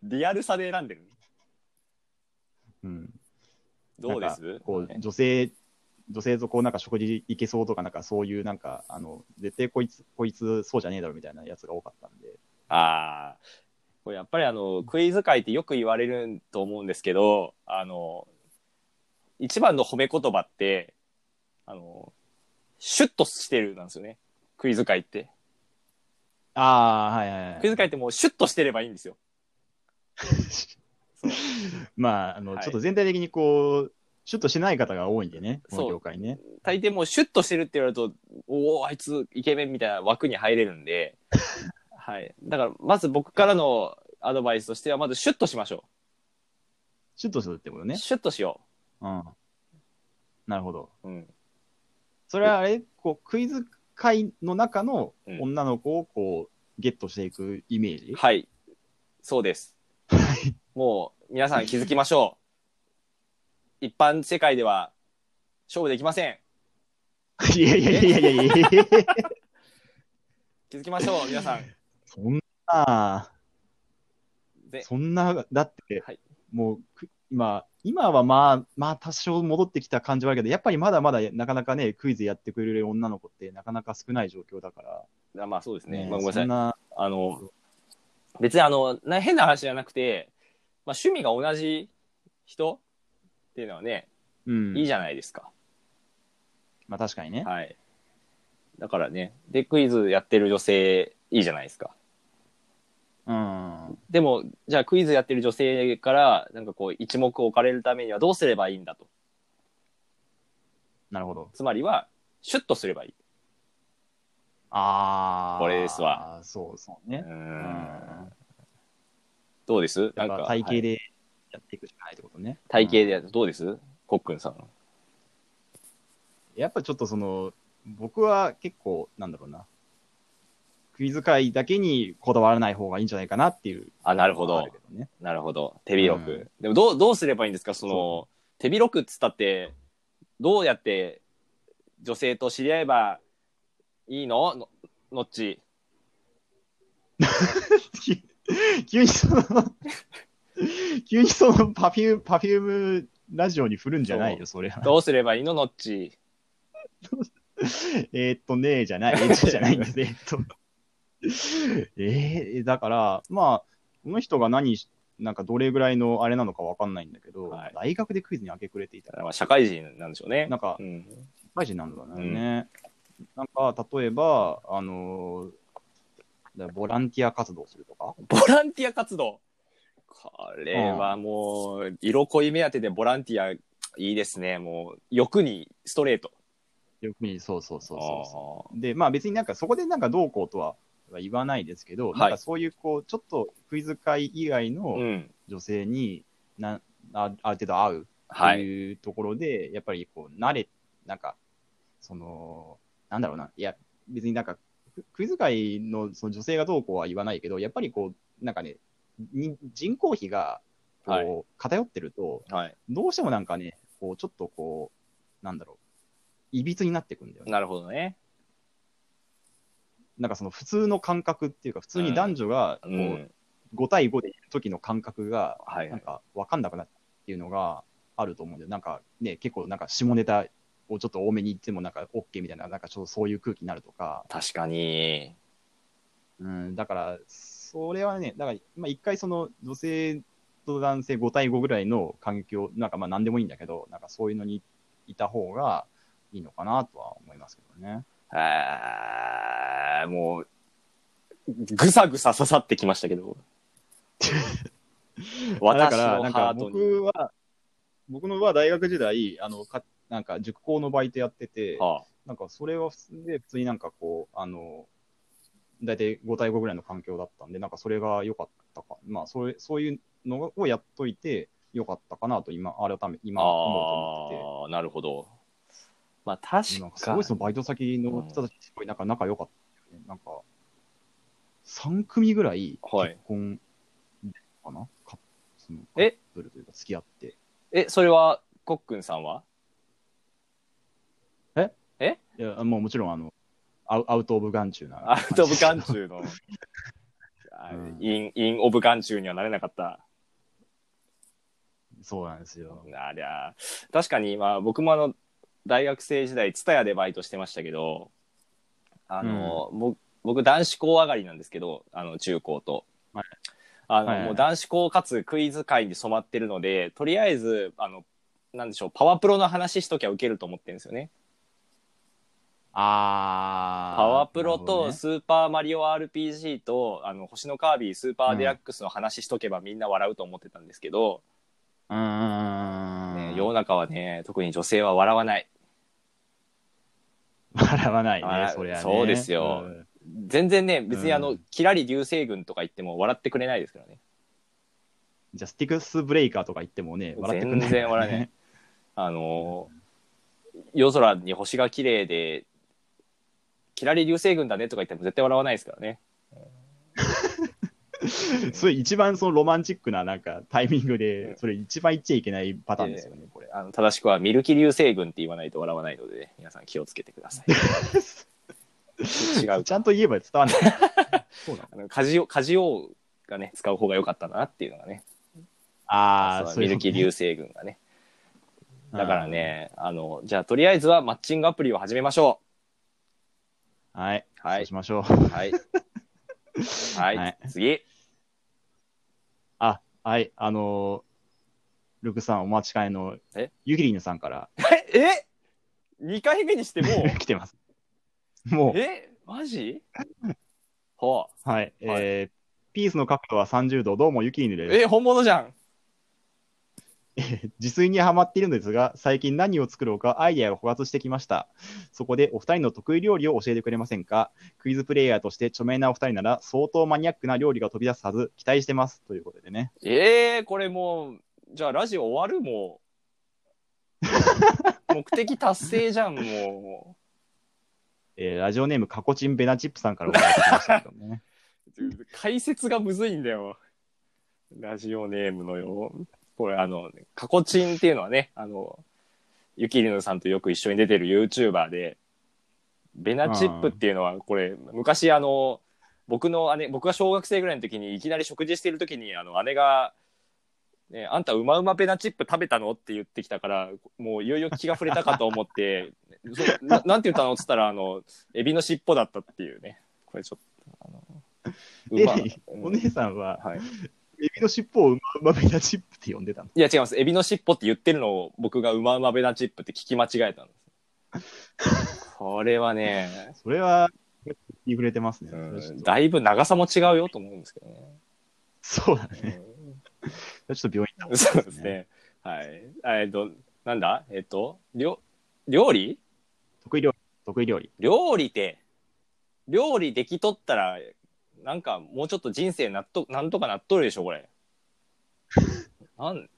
Speaker 1: リアルさで選んでる。
Speaker 2: うん、
Speaker 1: どうで
Speaker 2: なん
Speaker 1: す
Speaker 2: かこう女性女性とこうなんか食事行けそうとか、なんかそういうなんか、あの絶対こいつ、こいつそうじゃねえだろみたいなやつが多かったんで、
Speaker 1: ああ。これやっぱりあの、クイズ界ってよく言われると思うんですけど、あの、一番の褒め言葉って、あの、シュッとしてるなんですよね。クイズ界って。
Speaker 2: ああ、はいはいは
Speaker 1: クイズ界ってもうシュッとしてればいいんですよ。
Speaker 2: い。まあ、あの、 *laughs*
Speaker 1: はい
Speaker 2: ちょっと全体的にこう、シュッとしない方が多いんでね、こ
Speaker 1: そ
Speaker 2: の
Speaker 1: う
Speaker 2: 業界ね。
Speaker 1: 大抵もうシュッとしてるって言われると、おお、あいつイケメンみたいな枠に入れるんで、はい。だから、まず僕からのアドバイスとしては、まずシュッとしましょ
Speaker 2: シュッとするってこと
Speaker 1: う。
Speaker 2: ね。
Speaker 1: シュッとしよ
Speaker 2: うん。なるほど。
Speaker 1: う。うん。
Speaker 2: それはあれ、こう、クイズ界の中の
Speaker 1: うん
Speaker 2: 女の子をこう、ゲットしていくイメージ、
Speaker 1: はい。そうです。もう、皆さん気づきましょう。一般世界では、勝負できません。
Speaker 2: *laughs* い、やいやいやいやいやいや
Speaker 1: 気づきましょう、皆さん。
Speaker 2: *laughs* そんな、
Speaker 1: で
Speaker 2: そんな、だって、
Speaker 1: はい
Speaker 2: もうく、今、今はまあ、まあ多少戻ってきた感じはあるけど、やっぱりまだまだなかなかね、クイズやってくれる女の子ってなかなか少ない状況だから、
Speaker 1: あまあ、そうですね。
Speaker 2: ね
Speaker 1: まあ、ごめんなさ
Speaker 2: そ
Speaker 1: い
Speaker 2: ん。な、
Speaker 1: あの、別にあの、な変な話じゃなくて、まあ、趣味が同じ人っていうのはね、
Speaker 2: うん、
Speaker 1: いいじゃないですか。
Speaker 2: まあ確かにね。
Speaker 1: はい。だからね、で、クイズやってる女性、いいじゃないですか。
Speaker 2: うん。
Speaker 1: でも、じゃあクイズやってる女性から、なんかこう、一目置かれるためにはどうすればいいんだと。
Speaker 2: なるほど。
Speaker 1: つまりは、シュッとすればいい。
Speaker 2: ああ。
Speaker 1: これですわ。
Speaker 2: そうそうね
Speaker 1: う。
Speaker 2: うん
Speaker 1: ん。どうです
Speaker 2: や
Speaker 1: な
Speaker 2: っ
Speaker 1: ん
Speaker 2: ぱ
Speaker 1: か、
Speaker 2: 体型
Speaker 1: はい
Speaker 2: でやっていくしかないってことね。
Speaker 1: 体型でやるどうですコックンさん。
Speaker 2: やっぱちょっとその、僕は結構、なんだろうな。クイズ界だけにこだわらない方がいいんじゃないかなっていう。
Speaker 1: あ、なるほ
Speaker 2: あ
Speaker 1: ど
Speaker 2: る。けどね。
Speaker 1: なるほど。手広く。
Speaker 2: うん
Speaker 1: でもどう、どうすればいいんですかその
Speaker 2: そ、
Speaker 1: 手広くっつったって、どうやって女性と知り合えばいいのののっち。
Speaker 2: 急にその、急にそのパフューム、パフュームラジオに振るんじゃないよ、それは。
Speaker 1: どうすればいいののっち。
Speaker 2: えーっとね、じゃない、えーっとじゃないんです、え *laughs* ーっと。えー、だから、まあ、この人が何し、なんかどれぐらいのあれなのかわかんないんだけど、
Speaker 1: はい
Speaker 2: 大学でクイズに明け暮れていたら、
Speaker 1: まあ、社会人なんでしょうね。
Speaker 2: なんか
Speaker 1: う、ん。
Speaker 2: 社会人なんだろうね。なんか、例えば、あのーだボランティア活動をするとか、
Speaker 1: ボランティア活動。これはもう、色恋目当てでボランティア、いいですね。もう、欲にストレート。
Speaker 2: よく見そうそうそうそうそう。で、まあ別になんかそこでなんかどうこうとは言わないですけど、
Speaker 1: はい
Speaker 2: なんかそういうこう、ちょっとクイズ会以外
Speaker 1: あーう
Speaker 2: の
Speaker 1: ん。
Speaker 2: 女性にな、あある程度会うっ
Speaker 1: は
Speaker 2: て
Speaker 1: い。
Speaker 2: いうところで、やっぱりこう、慣れ、なんか、その、なんだろうな、いや、別になんか、ククイズ界のその女性がどうこうは言わないけど、やっぱりこう、なんかね、に人口比がこう、
Speaker 1: はい
Speaker 2: 偏ってると、
Speaker 1: はい。
Speaker 2: どうしてもなんかね、こう、ちょっとこう、なんだろう、いびつになってくんだよね。
Speaker 1: なるほどね。
Speaker 2: なんかその普通の感覚っていうか、普通に男女がこ
Speaker 1: う
Speaker 2: う、
Speaker 1: ん。
Speaker 2: 5対5でいる時の感覚が、
Speaker 1: はい
Speaker 2: な
Speaker 1: は
Speaker 2: ん
Speaker 1: い。
Speaker 2: か分かんなくなったっていうのがあると思うんで、なんかね、結構なんか下ネタをちょっと多めに言ってもなんか OK みたいな、なんかちょっとそういう空気になるとか、
Speaker 1: 確かに。
Speaker 2: うん、だから、それはね、だから、まあ、一回その女性と男性5対5ぐらいの環境、なんかまあ何でもいいんだけど、なんかそういうのにいた方がいいのかなとは思いますけどね。
Speaker 1: あーもう、ぐさぐさ刺さってきましたけ
Speaker 2: *laughs*
Speaker 1: ど。
Speaker 2: だ
Speaker 1: 私
Speaker 2: から、
Speaker 1: の
Speaker 2: なん
Speaker 1: ハ
Speaker 2: か
Speaker 1: ートに。
Speaker 2: 僕は、僕のは大学時代、あの、かなんか塾講のバイトやってて、
Speaker 1: は
Speaker 2: なんかそれは普通で、普通になんかこう、あの、大体5対5ぐらいの環境だったんで、なんかそれが良かったか、まあそれ、そういうのをやっといて良かったかなと今、改め、
Speaker 1: あ、
Speaker 2: 今思うと思っ
Speaker 1: ああ、なるほど。まあ
Speaker 2: てて、
Speaker 1: 確
Speaker 2: なんかす
Speaker 1: か
Speaker 2: ごい
Speaker 1: に
Speaker 2: そ。のバイト先の人たち、すごいなんか仲良かったよね。なんか、3組ぐらい
Speaker 1: はい
Speaker 2: 結婚かな、カッそのカ
Speaker 1: え
Speaker 2: ップルというか付き合って。
Speaker 1: え、それは、コックンさんはい
Speaker 2: や、もうもちろんあの、アウアウト・オブ・ガンチューな。
Speaker 1: アウト・オブ・ガンチューの、あ
Speaker 2: うん
Speaker 1: イン・イン・オブ・ガンチューにはなれなかった。
Speaker 2: そうなんですよ。
Speaker 1: ありゃ、確かに、まあ僕もあの、大学生時代、ツタヤでバイトしてましたけど、あの、ぼ僕、男子校上がりなんですけど、あの、中高と。
Speaker 2: はい
Speaker 1: あの、
Speaker 2: はいはい
Speaker 1: もう男子校かつクイズ界に染まってるので、とりあえず、あの、なんでしょう、パワプロの話しときゃウケると思ってるんですよね。
Speaker 2: あー
Speaker 1: パワプロ
Speaker 2: なるほど
Speaker 1: と
Speaker 2: ね
Speaker 1: スーパーマリオ RPG と、あの、星のカービィスーパーデラックスの話しとけばみんな笑うと思ってたんですけど、
Speaker 2: うーん *laughs*
Speaker 1: ね世の中はね、特に女性は笑わない。
Speaker 2: 笑わないね
Speaker 1: あ、
Speaker 2: そりゃね。
Speaker 1: そうですよ
Speaker 2: うん
Speaker 1: 全然ね、別にあの、
Speaker 2: うん
Speaker 1: キラリ流星群とか言っても笑ってくれないですからね。
Speaker 2: じゃあ、スティックスブレイカーとか言ってもね、笑ってくんない
Speaker 1: 全然笑えない。あのー夜空に星が綺麗で、キラリ流星群だねとか言っても絶対笑わないですからね。
Speaker 2: *laughs* それ一番そのロマンチックななんかタイミングで、それ一番言っちゃいけないパターンですよね、これ。
Speaker 1: あの正しくはミルキ流星群って言わないと笑わないので、皆さん気をつけてくだ
Speaker 2: *laughs*
Speaker 1: さい。違う
Speaker 2: ちゃんと言えば伝
Speaker 1: *laughs*
Speaker 2: わんない。そうなの
Speaker 1: あのカジオ、カジオがね、使う方が良かったなっていうのがね、
Speaker 2: ああ、
Speaker 1: その
Speaker 2: そうい
Speaker 1: ミル
Speaker 2: うことね
Speaker 1: キ流星群がね。だから。ね、あの、じゃあとりあえずはマッチングアプリを始めましょ
Speaker 2: うんはい。
Speaker 1: はい
Speaker 2: そうしましょう。
Speaker 1: う。はい。
Speaker 2: *laughs*
Speaker 1: はい、
Speaker 2: はい
Speaker 1: 次。 *laughs*
Speaker 2: あ、はい、あのールクさんお待ちかねの
Speaker 1: え、
Speaker 2: ゆきりぬさんから
Speaker 1: え二回目にしても
Speaker 2: *laughs* 来てます。もう、
Speaker 1: えマ
Speaker 2: *laughs*
Speaker 1: ジほう。
Speaker 2: はい、えーピースの角度は30度、どうもゆきりぬです。
Speaker 1: え、本物じゃん。
Speaker 2: 自炊にはまっているのですが、最近何を作ろうかアイデアが枯渇してきました。そこでお二人の得意料理を教えてくれませんかクイズプレイヤーとして著名なお二人なら相当マニアックな料理が飛び出すはず、期待してます。ということでね。
Speaker 1: えー、これもう、じゃあラジオ終わる
Speaker 2: *laughs*
Speaker 1: もう。目的達成じゃん、も
Speaker 2: えーラジオネームカコチンベナチップさんからお伝えしましたけどね。
Speaker 1: う。解説がむずいんだよ。ラジオネームのよ。これあの、カコチンっていうのはね、あの、ゆきりぬさんとよく一緒に出てる YouTuber で、ベナチップっていうのは、これ、昔あの、僕の姉、僕が小学生ぐらいの時に、いきなり食事してる時に、あの、姉が、ね、あんたうまうまベナチップ食べたのって言ってきたから、もういよいよ気が触れたかと思って、そな *laughs* なんて言ったのっつったら、あの、エビの尻尾だったっていうね。これちょっと、あの、
Speaker 2: で、
Speaker 1: うん
Speaker 2: お姉さんは、
Speaker 1: はい。
Speaker 2: エビの尻尾をうまうまベナチップって呼んでたの。
Speaker 1: いや違います。エビの尻尾って言ってるのを僕がうまうまベナチップって聞き間違えたんです。これはね、
Speaker 2: それは、言いふれてますね。
Speaker 1: うん
Speaker 2: それはちょっと
Speaker 1: だいぶ長さも違うよと思うんですけどね。
Speaker 2: *laughs* そうだね。
Speaker 1: うん
Speaker 2: ちょっと病院行った
Speaker 1: そうです。ね。はい。えっと、なんだえっと、りょ料理
Speaker 2: 得意料理、得意料理。
Speaker 1: 料理って、料理できとったら、なんかもうちょっと人生なっと、なんとかなっとるでしょ、これ。 *laughs* なん、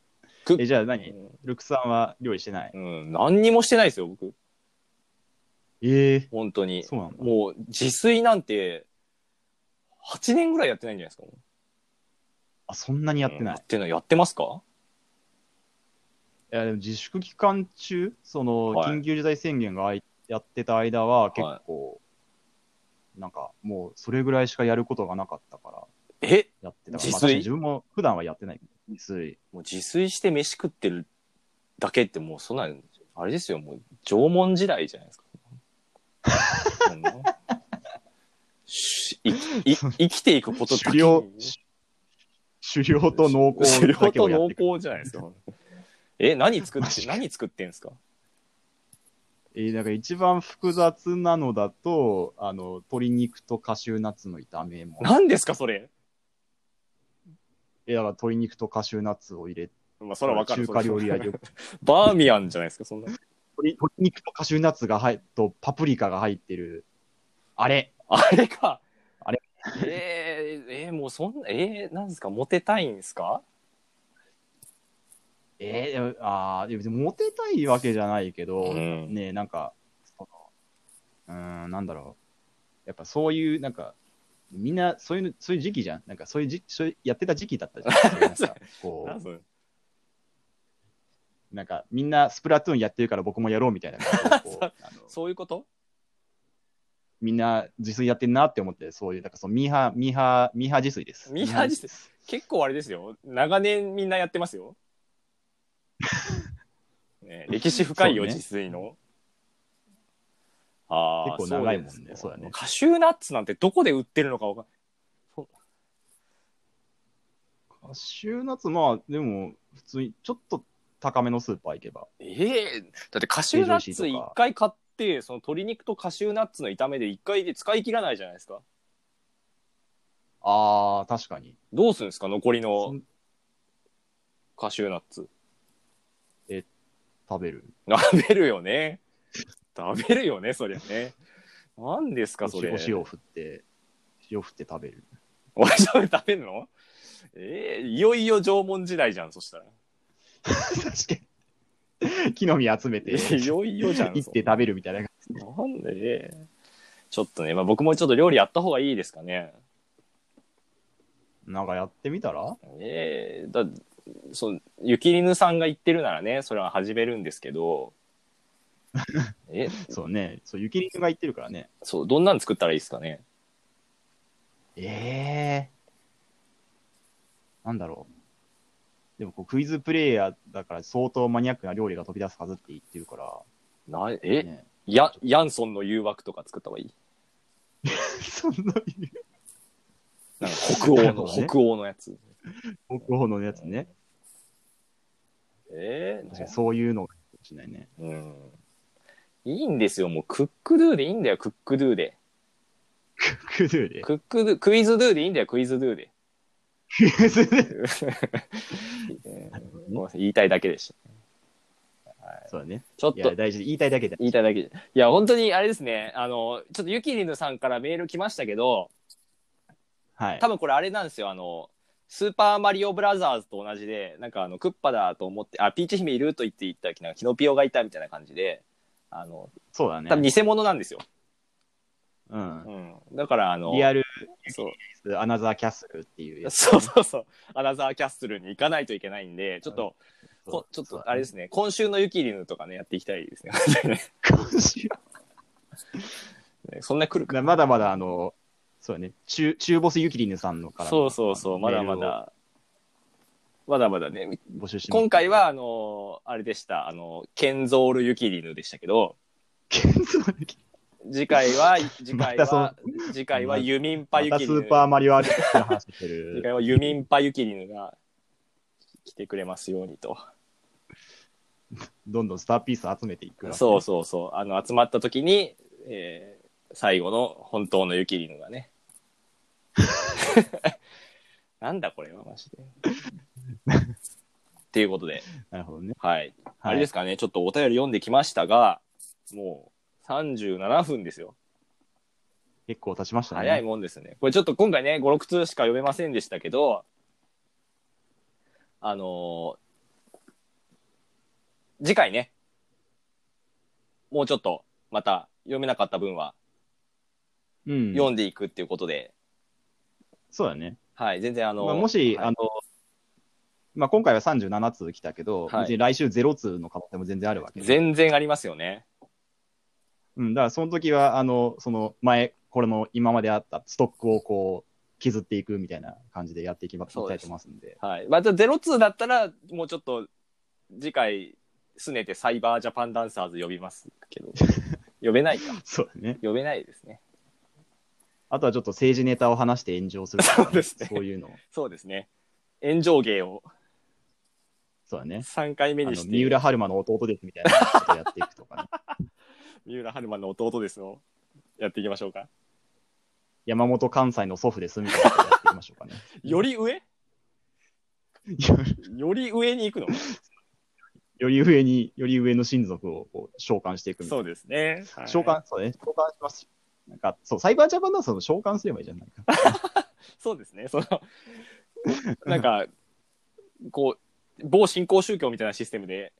Speaker 1: く
Speaker 2: え、じゃあ何ルクさんは料理してない
Speaker 1: うん、何にもしてないですよ、僕。
Speaker 2: ええ
Speaker 1: 本当に。
Speaker 2: そうなんだ。
Speaker 1: もう自炊なんて、8年ぐらいやってないんじゃないですか。
Speaker 2: あ、そんなにやってない。
Speaker 1: やってない。やってますか
Speaker 2: いやでも自粛期間中、その、
Speaker 1: はい
Speaker 2: 緊急事態宣言があいやってた間は、結構、なんかもう、それぐらいしかやることがなかったから、
Speaker 1: え
Speaker 2: やってたから、
Speaker 1: 自
Speaker 2: まあ
Speaker 1: 炊
Speaker 2: 自分も普段はやってない。自炊。
Speaker 1: もう自炊して飯食ってるだけってもうそんなん、あれですよ、もう縄文時代じゃないですか。そんなしいい生きていくことだ
Speaker 2: *laughs* 狩
Speaker 1: け
Speaker 2: 猟
Speaker 1: に、
Speaker 2: 狩猟と濃厚
Speaker 1: 狩猟
Speaker 2: だけ
Speaker 1: と
Speaker 2: をやっ
Speaker 1: 濃
Speaker 2: てくる
Speaker 1: 厚じゃないですか。え、何作っ
Speaker 2: マジ
Speaker 1: て、
Speaker 2: か
Speaker 1: 何作ってんですか
Speaker 2: えー、なんか一番複雑なのだと、あの、鶏肉とカシューナッツの炒め物。
Speaker 1: 何ですか、それ。
Speaker 2: えー、だから鶏肉とカシューナッツを入れて、
Speaker 1: まあ、それはわかる。
Speaker 2: 中華料理屋でよく
Speaker 1: バーミヤンじゃないですか、そんな。
Speaker 2: 鶏鶏肉とカシューナッツが入っとパプリカが入ってる、あれ、
Speaker 1: あれか。
Speaker 2: あれ
Speaker 1: えー、えーもうそんな、えー、なんですか、モテたいんですか
Speaker 2: えー、あーいや別にモテたいわけじゃないけど、
Speaker 1: うん
Speaker 2: ねえなんか、そのうーん、なんだろう、やっぱそういう、なんか、みんなそういうの、そういう時期じゃん、なんかそういう時期、そういうやってた時期だったじゃん
Speaker 1: *laughs*
Speaker 2: なんか、こ
Speaker 1: なんそれ
Speaker 2: う、なんかみんなスプラトゥーンやってるから僕もやろうみたいな感じでこうあの
Speaker 1: *laughs* そういうこと
Speaker 2: みんな自炊やってんなって思って、そういう、なんかそのミーハー、ミーハー、ミーハー自炊です。
Speaker 1: ミーハー自炊結構あれですよ。長年みんなやってます
Speaker 2: *laughs*
Speaker 1: よ。ね、歴史深いよ、
Speaker 2: そうね
Speaker 1: 自炊の。ああ、
Speaker 2: 結構長いもんね
Speaker 1: そです
Speaker 2: そうだね
Speaker 1: カシューナッツなんてどこで売ってるのかわかん
Speaker 2: カシューナッツ、まあ、でも、普通に、ちょっと高めのスーパー行けば。
Speaker 1: ええだってカシューナッツ
Speaker 2: ヘイジョーシーと
Speaker 1: 一
Speaker 2: か
Speaker 1: 回買って、その鶏肉とカシューナッツの炒めで一回で使い切らないじゃないですか。
Speaker 2: ああ、確かに。
Speaker 1: どうするんですか、残り
Speaker 2: そ
Speaker 1: の
Speaker 2: ん
Speaker 1: カシューナッツ。
Speaker 2: 食べる。
Speaker 1: 食べるよね。食べるよね、そりゃね。何ですか、それ。
Speaker 2: お塩を振って、塩振って食べる。 *laughs*
Speaker 1: お塩食べるのええいよいよ縄文時代じゃん、そしたら。
Speaker 2: 確かに。木の実集めて、
Speaker 1: いよいよじゃん。
Speaker 2: いって食べるみたいな。
Speaker 1: なんでねちょっとね、まあ、僕もちょっと料理やった方がいいですかね。
Speaker 2: なんかやってみたら
Speaker 1: ええだそのゆきりぬさんが言ってるならね、それは始めるんですけど、え、
Speaker 2: そうね。そう、ゆきりんが言ってるからね。
Speaker 1: そう、どんなん作ったらいいですかね。
Speaker 2: ええなんだろう。でもこう、クイズプレイヤーだから相当マニアックな料理が飛び出すはずって言ってるか
Speaker 1: な
Speaker 2: ら、
Speaker 1: え、
Speaker 2: ね、
Speaker 1: や、ヤンソンの誘惑とか作った方がいい。
Speaker 2: そんなに
Speaker 1: なんか北欧
Speaker 2: *laughs* なる
Speaker 1: の、
Speaker 2: ほどね
Speaker 1: 北欧のやつ。
Speaker 2: 北欧のやつね。
Speaker 1: え
Speaker 2: 確か
Speaker 1: ー
Speaker 2: にそういうのかもしれないね。
Speaker 1: うん。いいんですよ、もうクックドゥでいいんだよ、クックドゥで。
Speaker 2: クズで。
Speaker 1: クックドゥ、クイズドゥでいいんだよ、クイズドゥで。
Speaker 2: *laughs* ク
Speaker 1: *laughs*
Speaker 2: ズで。
Speaker 1: えーごめんなさい言いたいだけでした。
Speaker 2: そうだね。
Speaker 1: ちょっ
Speaker 2: い
Speaker 1: と
Speaker 2: や、大事。言いたいだけだ。
Speaker 1: 言いたいだけで。いや、本当にあれですね、あの、ちょっとゆきりぬさんからメール来ましたけど、
Speaker 2: はい
Speaker 1: 多。分これあれなんですよ、あの、スーパーマリオブラザーズと同じで、なんかあの、クッパだと思って、あ、ピーチ姫いると言って言ったら、なんかキノピオがいたみたいな感じで、あの、
Speaker 2: そうだ
Speaker 1: 多分
Speaker 2: ね。
Speaker 1: 偽物なんですよ。
Speaker 2: うん。
Speaker 1: うん。だから、あの、
Speaker 2: リアル
Speaker 1: そう
Speaker 2: アナザーキャッスルっていうやつ。。
Speaker 1: そうそうそう。アナザーキャッスルに行かないといけないんで、ちょっと、こちょっとあれですすね、今週のユキリヌとかね、やっていきたい
Speaker 2: *laughs*
Speaker 1: ですね。
Speaker 2: 今週
Speaker 1: そんな来るか。
Speaker 2: まだまだあの、そうだね。中、中ボスゆきりぬさんのからの。
Speaker 1: そうそうそ
Speaker 2: あ
Speaker 1: う、
Speaker 2: の
Speaker 1: まだま。
Speaker 2: メールを
Speaker 1: だ。まだまだね。
Speaker 2: 募集してます
Speaker 1: 今回は、あの、あれでした、あの、ケンゾールユキリヌでしたけど、
Speaker 2: 建造的
Speaker 1: 次回
Speaker 2: *laughs*
Speaker 1: は、次
Speaker 2: ま
Speaker 1: 回
Speaker 2: たその
Speaker 1: は、次回はユミンパ
Speaker 2: ま
Speaker 1: ユ
Speaker 2: た
Speaker 1: キ
Speaker 2: ス
Speaker 1: リ
Speaker 2: ー
Speaker 1: ヌ。
Speaker 2: パーマリオ RP の話して
Speaker 1: 次 *laughs*
Speaker 2: る。
Speaker 1: 回はユミンパユキリヌが来てくれますようにと。
Speaker 2: どんどんスターピース集めていくわけ。
Speaker 1: そうそうそう。あの、集まった時に、えー最後の本当のユキリヌが *laughs* ね。なんだこれは、マジで。っていうことで、
Speaker 2: なるほどね。
Speaker 1: はい。あれです
Speaker 2: か
Speaker 1: かね、ちょっとお便り読んできましたが、もう37分ですよ。
Speaker 2: 結構経ちましたね。
Speaker 1: 早いもんですね。これちょっと今回ね、5、6通しか読めませんでしたけど、あのー次回ね、もうちょっとまた読めなかった分は
Speaker 2: うん。
Speaker 1: 読んでいくっていうことで、
Speaker 2: そうだね。
Speaker 1: はい、全然あの、
Speaker 2: まあ、もし、
Speaker 1: はい
Speaker 2: あの、まあ、今回は37通来たけど、
Speaker 1: はい
Speaker 2: 別に来週0通の可能性も全然あるわけで。
Speaker 1: 全然ありますよね。
Speaker 2: うん、だからその時は、あの、その前、これの今まであったストックをこう、削っていくみたいな感じでやっていきまいきた
Speaker 1: そう
Speaker 2: い
Speaker 1: で
Speaker 2: と
Speaker 1: す
Speaker 2: 思いますんで。
Speaker 1: はい。また02だったら、もうちょっと次回、すねてサイバージャパンダンサーズ呼びますけ
Speaker 2: *laughs*
Speaker 1: ど、呼べないか。
Speaker 2: そうだね。
Speaker 1: 呼べないですね。
Speaker 2: あとはちょっと政治ネタを話して炎上するとか、
Speaker 1: そうですね
Speaker 2: そういうのを。
Speaker 1: そうですね。炎上芸を
Speaker 2: そうだね。
Speaker 1: 3回目
Speaker 2: あ
Speaker 1: に
Speaker 2: の
Speaker 1: して。
Speaker 2: 三浦春馬の弟ですみたいなことやっていくとか
Speaker 1: *laughs*
Speaker 2: ね。
Speaker 1: 三浦春馬の弟ですをやっていきましょうか。
Speaker 2: 山本関西の祖父ですみたいなことやっていきましょうかね。
Speaker 1: *laughs* より上より上に行くの
Speaker 2: *laughs* より上に、より上の親族をこう召喚していくみたい
Speaker 1: そうですね。は
Speaker 2: な。
Speaker 1: い
Speaker 2: 召喚、そうね。召喚します。なんか、そう、サイバージャパンダンスの召喚すればいいじゃないか。
Speaker 1: *laughs* そうですね。その、なんか、こう、某新興宗教みたいなシステムで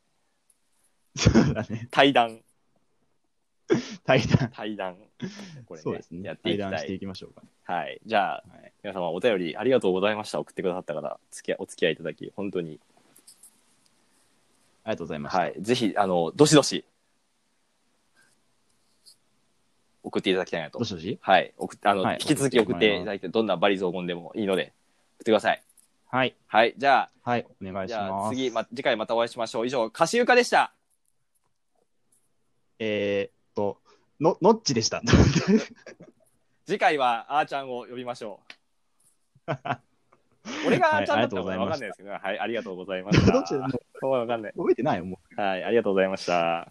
Speaker 2: そうだね。
Speaker 1: 対談、
Speaker 2: 対談。
Speaker 1: 対談。これ
Speaker 2: そう
Speaker 1: ね
Speaker 2: ですね
Speaker 1: やっ。ていき
Speaker 2: 対
Speaker 1: た
Speaker 2: 談して
Speaker 1: い
Speaker 2: い。きましょうかね。
Speaker 1: はい。じゃあ、
Speaker 2: はい
Speaker 1: 皆様お便りありがとうございました。送ってくださった方、付き合いお付き合いいただき、本当に。
Speaker 2: ありがとうございました。
Speaker 1: はい。ぜひ、あの、どしどし、送っていただきたいなと
Speaker 2: ど。しどし
Speaker 1: はい。送っあの、
Speaker 2: はい
Speaker 1: 引き続き送
Speaker 2: 送
Speaker 1: っ
Speaker 2: って
Speaker 1: て
Speaker 2: もらい
Speaker 1: い
Speaker 2: ます
Speaker 1: ただいて、どんなバリ雑言でもいいので、送ってください。
Speaker 2: はい。
Speaker 1: はい。じゃ
Speaker 2: はい。お願
Speaker 1: あ、
Speaker 2: いし
Speaker 1: じゃあ
Speaker 2: ます。
Speaker 1: 次、ま、次回またお会いしましょう。以上、かしゆかでした。
Speaker 2: えー、っと、の、のっち
Speaker 1: *laughs*
Speaker 2: でした。
Speaker 1: 次回は、あーちゃんを呼びましょ
Speaker 2: *laughs*
Speaker 1: う。俺があーちゃんだったのかわかんないですけど、はい。ありがとうございました。
Speaker 2: どっちだ
Speaker 1: *laughs* そうわかんない。
Speaker 2: 覚えてないもう。
Speaker 1: はい。ありがとうございました。
Speaker 2: あ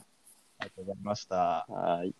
Speaker 2: りがとうございました。
Speaker 1: はい。